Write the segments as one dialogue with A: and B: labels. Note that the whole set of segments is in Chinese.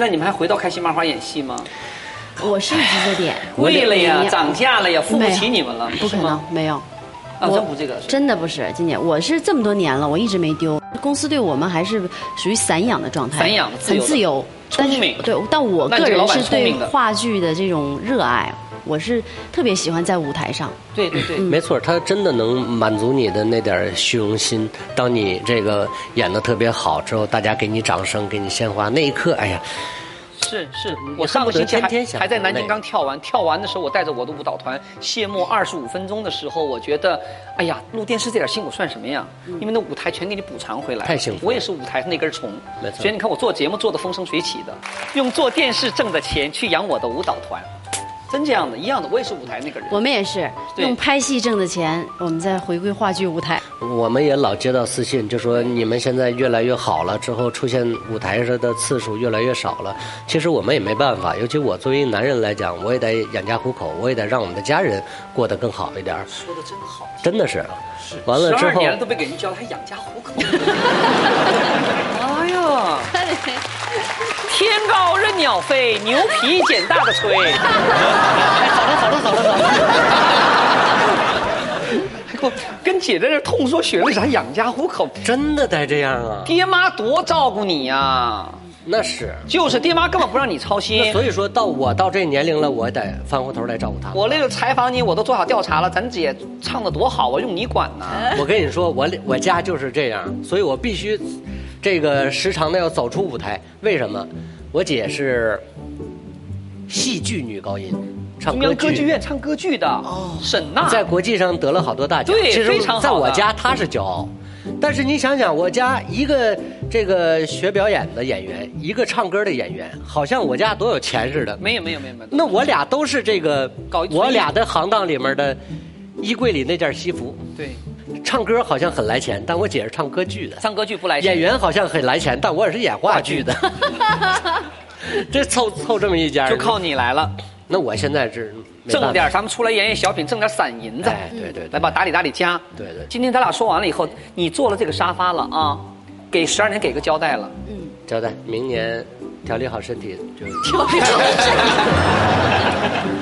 A: 在你们还回到开心麻花演戏吗？
B: 我是急着点，
A: 贵了呀
B: 没，有
A: 涨价了呀，付不
B: 没有
A: 起你们了，
B: 不
A: 是
B: 可能
A: 吗？，
B: 没有。
A: 啊，
B: 我
A: 真不这个，
B: 真的不是，今年我是这么多年了，我一直没丢。公司对我们还是属于散养的状态，
A: 散养自
B: 很
A: 由的
B: 自由，
A: 聪
B: 但是
A: 明
B: 对，但我
A: 那你
B: 个
A: 这老
B: 人
A: 板
B: 是
A: 聪
B: 对
A: 明的
B: 话剧的这种热爱，我是特别喜欢在舞台上。
A: 对对对，
C: 没错，他真的能满足你的那点儿虚荣心。当你这个演的特别好之后，大家给你掌声，给你鲜花，那一刻，哎呀，
A: 是是，
C: 也
A: 我上个
C: 嗯恨不
A: 星
C: 得
A: 期还
C: 天天想
A: 还在
C: 着
A: 南京
C: 那
A: 刚跳完，跳完的时候我带着我的舞蹈团谢幕二十五分钟的时候，我觉得，哎呀，录电视这点辛苦算什么呀？因为那舞台全给你补偿回来了，
C: 嗯太幸福了
A: 我也是舞台那根虫，
C: 没错
A: 所以你看我做节目做的风生水起的，用做电视挣的钱去养我的舞蹈团，真这样的，一样的，我也是舞台那个人。
B: 我们也是
A: 对
B: 用拍戏挣的钱，我们在回归话剧舞台。
C: 我们也老接到私信，就说你们现在越来越好了，之后出现舞台上的次数越来越少了。其实我们也没办法，尤其我作为一男人来讲，我也得养家糊口，我也得让我们的家人过得更好一点儿。
A: 说的真好，
C: 真的是，完了
A: 十
C: 之
A: 二
C: 后，
A: 年了都被给人教了，还养家糊口。 哎呀，天高任鸟飞，牛皮捡大的 吹。走了走了走了走了。跟姐在这痛说学历啥养家糊口，
C: 真的得这样啊？
A: 爹妈多照顾你呀、
C: 那是。
A: 就是爹妈根本不让你操
C: 那
A: 心。
C: 所以说到我到这年龄了，我得翻回头来照顾他们。
A: 我那个采访你，我都做好调查了，咱姐唱的多好啊，用你管呢、
C: 我跟你说，我我家就是这样，所以我必须这个时常的要走出舞台。为什么？我姐是戏剧女高音，唱
A: 中
C: 歌
A: 央
C: 剧。
A: 歌剧院哦唱歌剧的，沈娜
C: 在国际上得了好多大奖，
A: 对
C: 其实
A: 非常好的
C: 在我家她是骄傲，但是你想想，我家一个这个学表演的演员，一个唱歌的演员，好像我家多有钱似的。
A: 没有没有没有没有，
C: 那我俩都是这个
A: 搞一，
C: 我俩的行当里面的衣柜里那件西服，
A: 对，
C: 唱歌好像很来钱，但我姐是唱歌剧的。
A: 唱歌剧不来
C: 演
A: 钱。
C: 员好像很来钱，但我也是演话剧 的。这凑凑这么一家，
A: 就靠你来了，
C: 那我现在是没办法
A: 挣点儿，咱嗯们出来演演小品，挣点儿散银子，
C: 哎，对对
A: 来
C: 对，
A: 吧，打理打理家。
C: 对对
A: 今天咱俩说完了以后，你坐了这个沙发了啊，给十二年给个交 代了。
C: 交代明年调理好身体就。
A: 嗯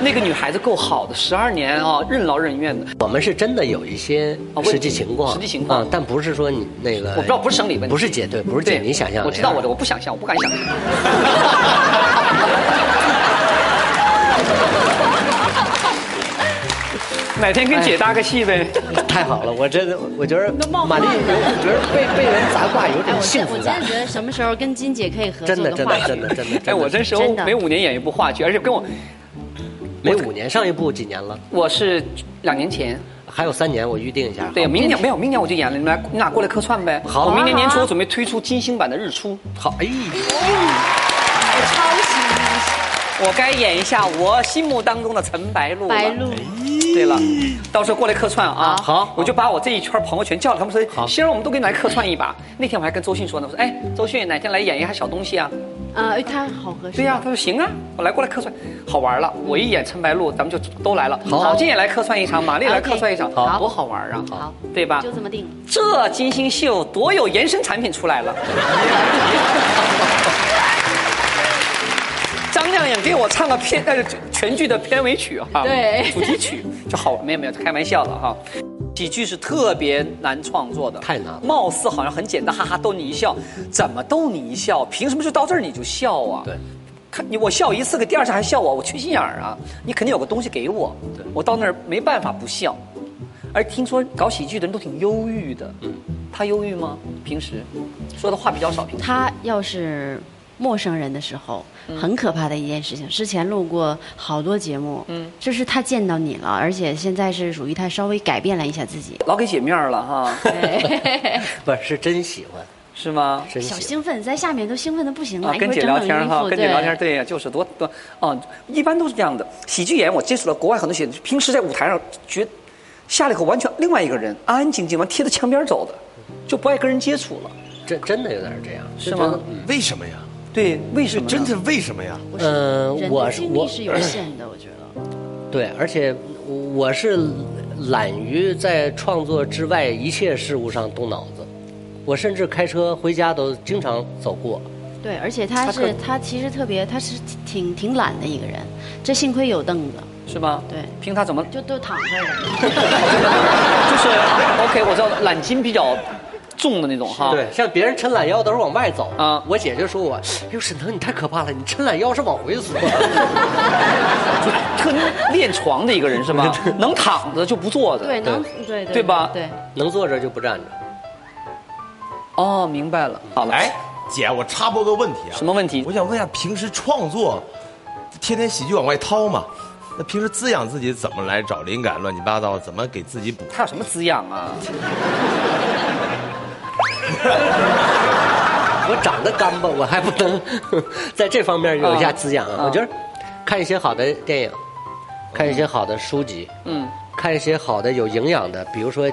A: 那个女孩子够好的，十二年啊，任劳任怨的。
C: 我们是真的有一些
A: 哦我
C: 实际情况，
A: 实际情况
C: 啊但不是说你那个，
A: 我不知道不是生理问题，
C: 不是姐对，不是姐，
A: 对
C: 你想象的
A: 我知道我
C: 那样
A: 的，我不想象，我不敢 想。 哪天
C: 哎
A: 跟姐搭个戏呗？
C: 太好了，我真的我觉得
B: 冒
C: 玛
B: 汗
C: 丽有，我觉得被被人砸挂有
B: 哎，
C: 种
B: 我
C: 幸
B: 真
C: 福
B: 我真
C: 感
B: 的，觉得什么时候跟金姐可以合作
C: 真的
B: 个
C: 真
B: 话
C: 的
B: 剧？
C: 真的真的真的。
A: 哎，我真是
B: 真的
A: 每五年演一部话剧，而且跟我
C: 没五年，上一部几年了？
A: 我是两年前，
C: 还有三年，我预定一下。
A: 对，明年没有，明年我就演了，你们俩你俩过来客串呗。
C: 哦好啊
A: 我明年年初
B: 好啊
A: 我准备推出金星版的《日出》，
C: 好，哎，
A: 我该演一下我心目当中的陈白露。
B: 白。鹿，
A: 对了，到时候过来客串啊。
C: 好
A: 我就把我这一圈朋友全叫来，他们说，
C: 好
A: 星儿，我们都给你来客串一把。那天我还跟周迅说呢，我说，哎，周迅哪天来演一下小东西啊？
B: 呃，她好合适。
A: 对呀、
C: 嗯
A: 他说行啊，我来过来客串，好玩了。我一演陈白露，咱们就都来了。
C: 好
A: 郝静也来客串一场，马丽来客串一场，
B: OK，好
A: 多好玩啊！
B: 好，
A: 对吧？
B: 就这么定了。
A: 这金星秀多有延伸产品出来了。张靓颖给我唱个片呃全剧的片尾曲哈，
B: 对
A: 主题曲就好，没有没有开玩笑的哈。喜剧是特别难创作的，
C: 太难了
A: 貌似好像很简单，哈哈逗你一笑，怎么逗你一笑？凭什么就到这儿你就笑啊？
C: 对。
A: 看你，我笑一次，个第二次还笑我，我缺心眼儿啊！你肯定有个东西给我，我到那儿没办法不笑。而听说搞喜剧的人都挺忧郁的，他忧郁吗？平时说的话比较少，平时
B: 他要是陌生人的时候，很可怕的一件事情。之前录过好多节目，嗯，就是他见到你了，而且现在是属于他稍微改变了一下自己，
A: 老给姐面儿了哈，
C: 不是是真喜欢，
A: 是吗？
C: 真喜
B: 小
C: 欢。
B: 兴奋，在下面都兴奋的不行了，
A: 啊，
B: 一会
A: 跟
B: 儿
A: 姐
B: 整
A: 聊
B: 整
A: 天
B: 一
A: 哈，
B: 副
A: 跟姐聊天，，对呀，就是多多啊，一般都是这样的。喜剧演员我接触了国外很多喜剧，平时在舞台上觉下来以后完全另外一个人，安安静静完贴着墙边走的，就不爱跟人接触了，
C: 真真的有点这样，
A: 是吗？
D: 为什么呀？
A: 对，为什么呢？
D: 真是为什么呀？
B: 我是
C: 呃
B: 人
C: 我
B: 的
C: 是
B: 精
C: 我
B: 力是有限的，我觉得。
C: 对，而且我是懒于在创作之外一切事物上动脑子，我甚至开车回家都经常走过，
B: 对，而且他
A: 他
B: 是
A: 特
B: 他其实特别，他是挺挺懒的一个人，这幸亏有凳子，
A: 是吧？
B: 对
A: 凭他怎么
B: 就都躺这儿了。
A: 就是 OK？我知道懒筋比较重的那种
B: 啊
A: 哈。
C: 对，像别人抻懒腰都是往外走
A: 啊
C: 我姐就说我，哎呦沈腾你太可怕了，你抻懒腰是往回缩。
A: 就特练床的一个人是吧？能躺着就不坐着。
B: 对，能对对
A: 对吧
B: 对，
C: 能坐着就不站着。
A: 哦，明白了。好了，
D: 哎，姐，我插播个问题啊，
A: 什么问题
D: 我想问一下，平时创作，天天喜剧往外掏嘛，那平时滋养自己怎么来找灵感？乱七八糟，怎么给自己补？
A: 他有什么滋养啊？
C: 我长得干巴，我还不能在这方面有一下滋养啊。
A: 啊
C: 我觉得看一些好的电影，看一些好的书籍，
A: 嗯，
C: 看一些好的有营养的，比如说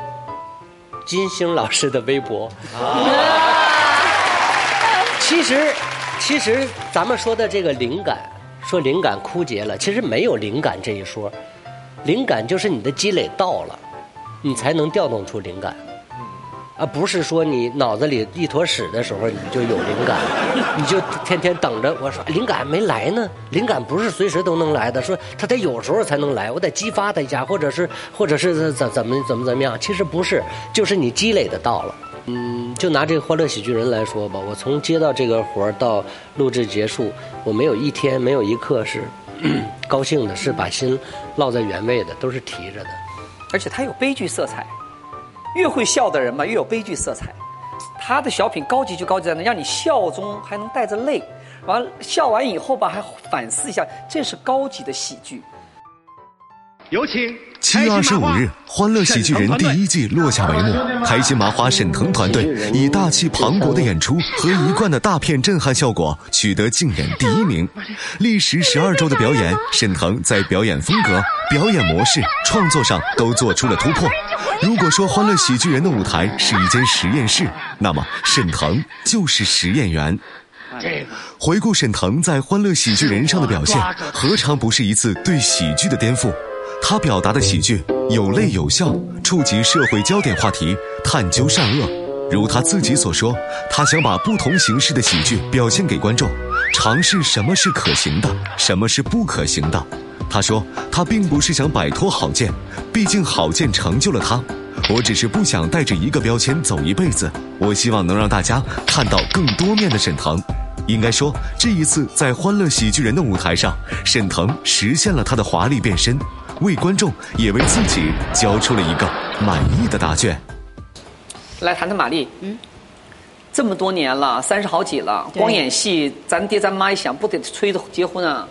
C: 金星老师的微博。其实，其实咱们说的这个灵感，说灵感枯竭了，其实没有灵感这一说。灵感就是你的积累到了，你才能调动出灵感，而啊不是说你脑子里一坨屎的时候你就有灵感，你就天天等着。我说灵感没来呢，灵感不是随时都能来的，说它得有时候才能来，我得激发它一下，或者是或者是怎怎么怎么怎么样。其实不是，就是你积累的到了。嗯，就拿这个《欢乐喜剧人》来说吧，我从接到这个活儿到录制结束，我没有一天没有一刻是 高兴的，是把心落在原位的，都是提着的。
A: 而且他有悲剧色彩，越会笑的人嘛，越有悲剧色彩。他的小品高级就高级在那，让你笑中还能带着泪，完了笑完以后吧，还反思一下，这是高级的喜剧。
E: 有请
F: 七月二十五日，《欢乐喜剧人》第一季落下帷幕。开心麻花啊沈腾团队以大气磅礴的演出和一贯的大片震撼效果，取得竞演第一名。历时十二周的表演，沈腾在表演风格、表演模式、创作上都做出了突破。如果说《欢乐喜剧人》的舞台是一间实验室，那么沈腾就是实验员。回顾沈腾在《欢乐喜剧人》上的表现，何尝不是一次对喜剧的颠覆？他表达的喜剧有泪有笑，触及社会焦点话题，探究善恶。如他自己所说，他想把不同形式的喜剧表现给观众，尝试什么是可行的，什么是不可行的。他说，他并不是想摆脱郝建，毕竟郝建成就了他。我只是不想带着一个标签走一辈子，我希望能让大家看到更多面的沈腾。应该说，这一次在《欢乐喜剧人》的舞台上，沈腾实现了他的华丽变身，为观众也为自己交出了一个满意的答卷。
A: 来谈谈玛丽，嗯，这么多年了，三十好几了，
B: 对
A: 光演戏，咱爹咱妈一想，不得催着结婚啊？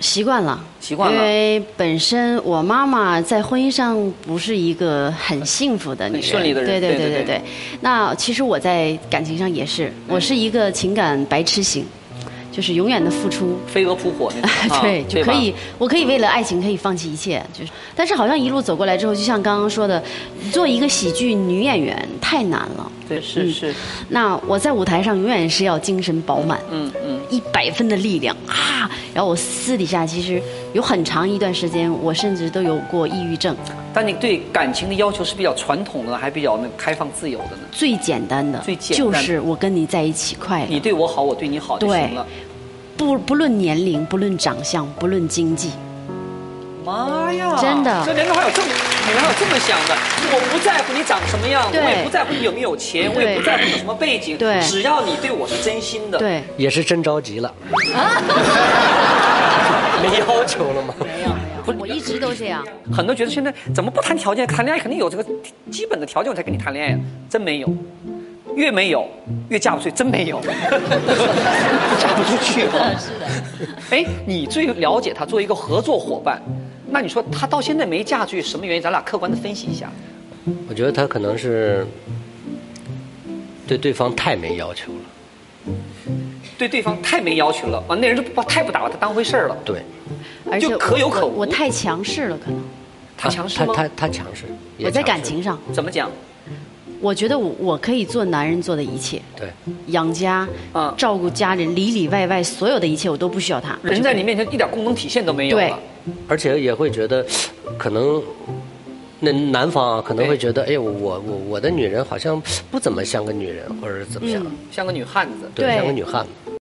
B: 习惯了，
A: 习惯了
B: 因为本身我妈妈在婚姻上不是一个很幸福的女人，
A: 很顺利的人
B: 对对
A: 对
B: 对
A: 对
B: 对
A: 对
B: 对。那其实我在感情上也是，我是一个情感白痴型，就是永远的付出。
A: 飞蛾扑火那 种，
B: 对，
A: 啊
B: 就可以
A: 吧，
B: 我可以为了爱情可以放弃一切，就是，但是好像一路走过来之后，就像刚刚说的，做一个喜剧女演员太难了。
A: 对，是
B: 嗯
A: 是，
B: 那我在舞台上永远是要精神饱满，
A: 嗯嗯，
B: 一百分的力量啊！然后我私底下其实有很长一段时间，我甚至都有过抑郁症，
A: 但你对感情的要求是比较传统的，还比较那个开放自由的呢？
B: 最简单的，
A: 最简单
B: 就
A: 的
B: 是我跟你在一起快乐
A: 你，对我好，我对你好就
B: 对
A: 行了。
B: 不不论年龄，不论长相，不论经济，
A: 妈呀！
B: 真的
A: 这人还有这么，女人还有这么想的。我不在乎你长什么样，
B: 对
A: 我也不在乎你有没有钱，我也
B: 对
A: 不在乎你有什么背景，
B: 对
A: 只要你对我是真心的。，
B: 对。
C: 也是真着 急了，没要求了吗？
A: 不
B: 我一直都这样，
A: 很多觉得现在怎么不谈条件？谈恋爱肯定有这个基本的条件，我才跟你谈恋爱，啊真没有。越没有，越嫁不出去，真没有，嫁不出去啊！是的。哎，你最了解他，作为一个合作伙伴，那你说他到现在没嫁出去，什么原因？咱俩客观的分析一下。
C: 我觉得他可能是对对方太没要求了。
A: 对对方太没要求了，完那人就不太不打把他当回事儿了。
C: 对，
B: 而且
A: 就可有
B: 我
A: 可
B: 我
A: 无
B: 我太强势了，可能
A: 他强势吗？
C: 他他他强势。也
B: 我在
C: 强势
B: 感情上，
A: 怎么讲？
B: 我觉得我我可以做男人做的一切，
C: 对，
B: 养家
A: 嗯，
B: 照顾家人，里里外外所有的一切我都不需要他。
A: 人在你面前一点功能体现都没有了。
C: 而且也会觉得，可能那男方啊可能会觉得，哎，我我我我的女人好像不怎么像个女人，或者是怎么样，
A: 像个女汉子。
B: 嗯
C: 对，
B: 对
C: 像个女汉子。